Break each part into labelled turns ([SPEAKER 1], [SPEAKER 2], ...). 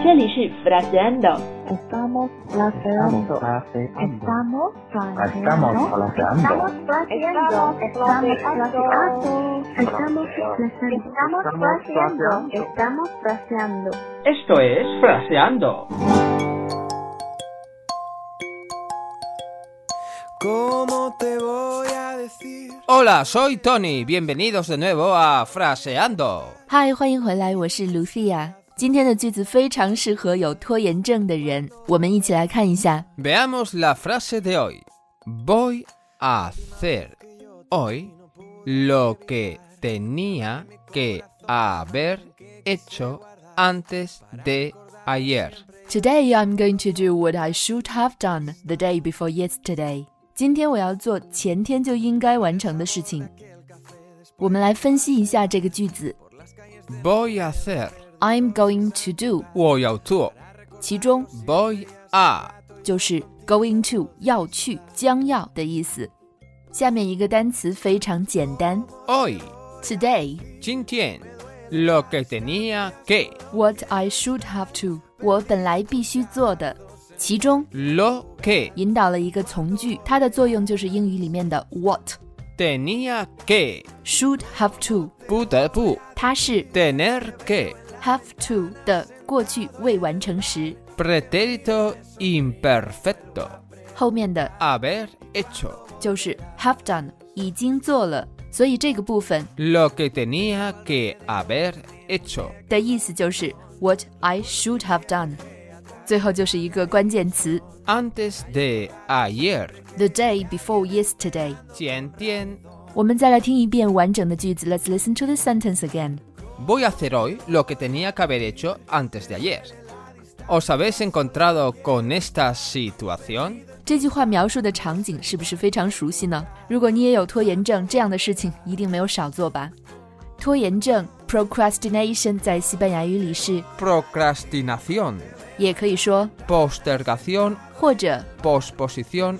[SPEAKER 1] 这里是 fraseando，
[SPEAKER 2] Estamos
[SPEAKER 3] Estamos
[SPEAKER 2] fraseando.
[SPEAKER 3] fraseando.
[SPEAKER 2] Estamos
[SPEAKER 3] Estamos
[SPEAKER 2] fraseando.
[SPEAKER 3] fraseando.
[SPEAKER 4] Estamos fraseando.
[SPEAKER 2] Estamos fraseando.
[SPEAKER 4] Estamos fraseando.
[SPEAKER 2] Estamos fraseando.
[SPEAKER 5] Esto es Fraseando.
[SPEAKER 6] ¿Cómo te voy a decir?
[SPEAKER 7] Hola, soy Tony, bienvenidos de nuevo a Fraseando。
[SPEAKER 8] 嗨，欢迎回来，我是 Lucia。今天的句子非常适合有拖延症的人，我们一起来看一下。
[SPEAKER 7] Veamos la frase de hoy. Voy a hacer hoy lo que tenía que haber hecho antes de ayer.
[SPEAKER 8] Today I'm going to do what I should have done the day before yesterday。今天我要做前天就应该完成的事情。我们来分析一下这个句子
[SPEAKER 7] Voy a hacer，
[SPEAKER 8] ，I'm going to do，
[SPEAKER 7] 我要做。
[SPEAKER 8] 其中
[SPEAKER 7] Voy a
[SPEAKER 8] 就是 going to 要去、将要的意思。下面一个单词非常简单
[SPEAKER 7] hoy，
[SPEAKER 8] ，today。
[SPEAKER 7] 今天，lo que tenía que，lo
[SPEAKER 8] What I should have to，我本来必须做的。其中
[SPEAKER 7] que
[SPEAKER 8] 引导了一个从句，它的作用就是英语里面的 what
[SPEAKER 7] tenía que，
[SPEAKER 8] should have to，
[SPEAKER 7] 不得不
[SPEAKER 8] 它是
[SPEAKER 7] tener que。
[SPEAKER 8] have to 的过去未完成时，
[SPEAKER 7] pretérito imperfecto.
[SPEAKER 8] 后面的
[SPEAKER 7] Haber hecho
[SPEAKER 8] 就是 have done，已经做了。所以这个部分
[SPEAKER 7] lo que tenía que haber hecho.
[SPEAKER 8] 的意思就是 what I should have done。最后就是一个关键词
[SPEAKER 7] Antes de ayer.
[SPEAKER 8] the day before yesterday。
[SPEAKER 7] Tientien.
[SPEAKER 8] 我们再来听一遍完整的句子，Let's listen to the sentence again。
[SPEAKER 7] Voy a hacer hoy lo que tenía que haber hecho antes de ayer. ¿Os habéis encontrado con esta situación?
[SPEAKER 8] 这句话描述的场景是不是非常熟悉呢？如果你也有拖延症，这样的事情一定没有少做吧？拖延症 （procrastination） 在西班牙语里是，
[SPEAKER 7] Procrastinación,
[SPEAKER 8] 也可以说
[SPEAKER 7] postergación,
[SPEAKER 8] 或者
[SPEAKER 7] posposición.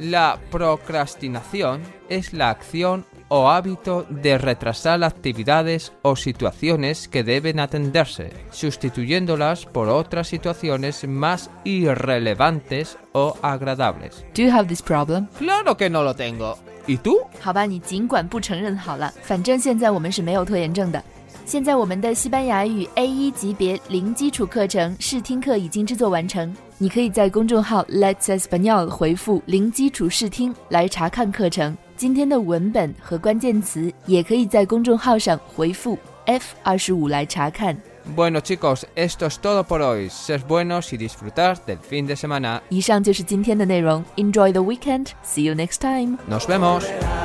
[SPEAKER 7] La procrastinación es la acción o hábito de retrasar actividades o situaciones que deben atenderse, sustituyéndolas por otras situaciones más irrelevantes o agradables.
[SPEAKER 8] “Do you have this problem？”
[SPEAKER 7] Claro que no lo tengo. ¿Y tú?
[SPEAKER 8] 好吧，你尽管不承认好了，反正现在我们是没有拖延症的。现在我们的西班牙语 A 一级别零基础课程试听课已经制作完成，你可以在公众号 Let's Espanol 回复“零基础试听”来查看课程。今天的文本和关键词也可以在公众号上回复 F 二十五来查看。
[SPEAKER 7] Bueno chicos, esto es todo por hoy. Ser buenos y disfrutar del fin de semana.
[SPEAKER 8] 以上就是今天的内容。Enjoy the weekend. See you next time.
[SPEAKER 7] Nos vemos.
[SPEAKER 6] Volverás.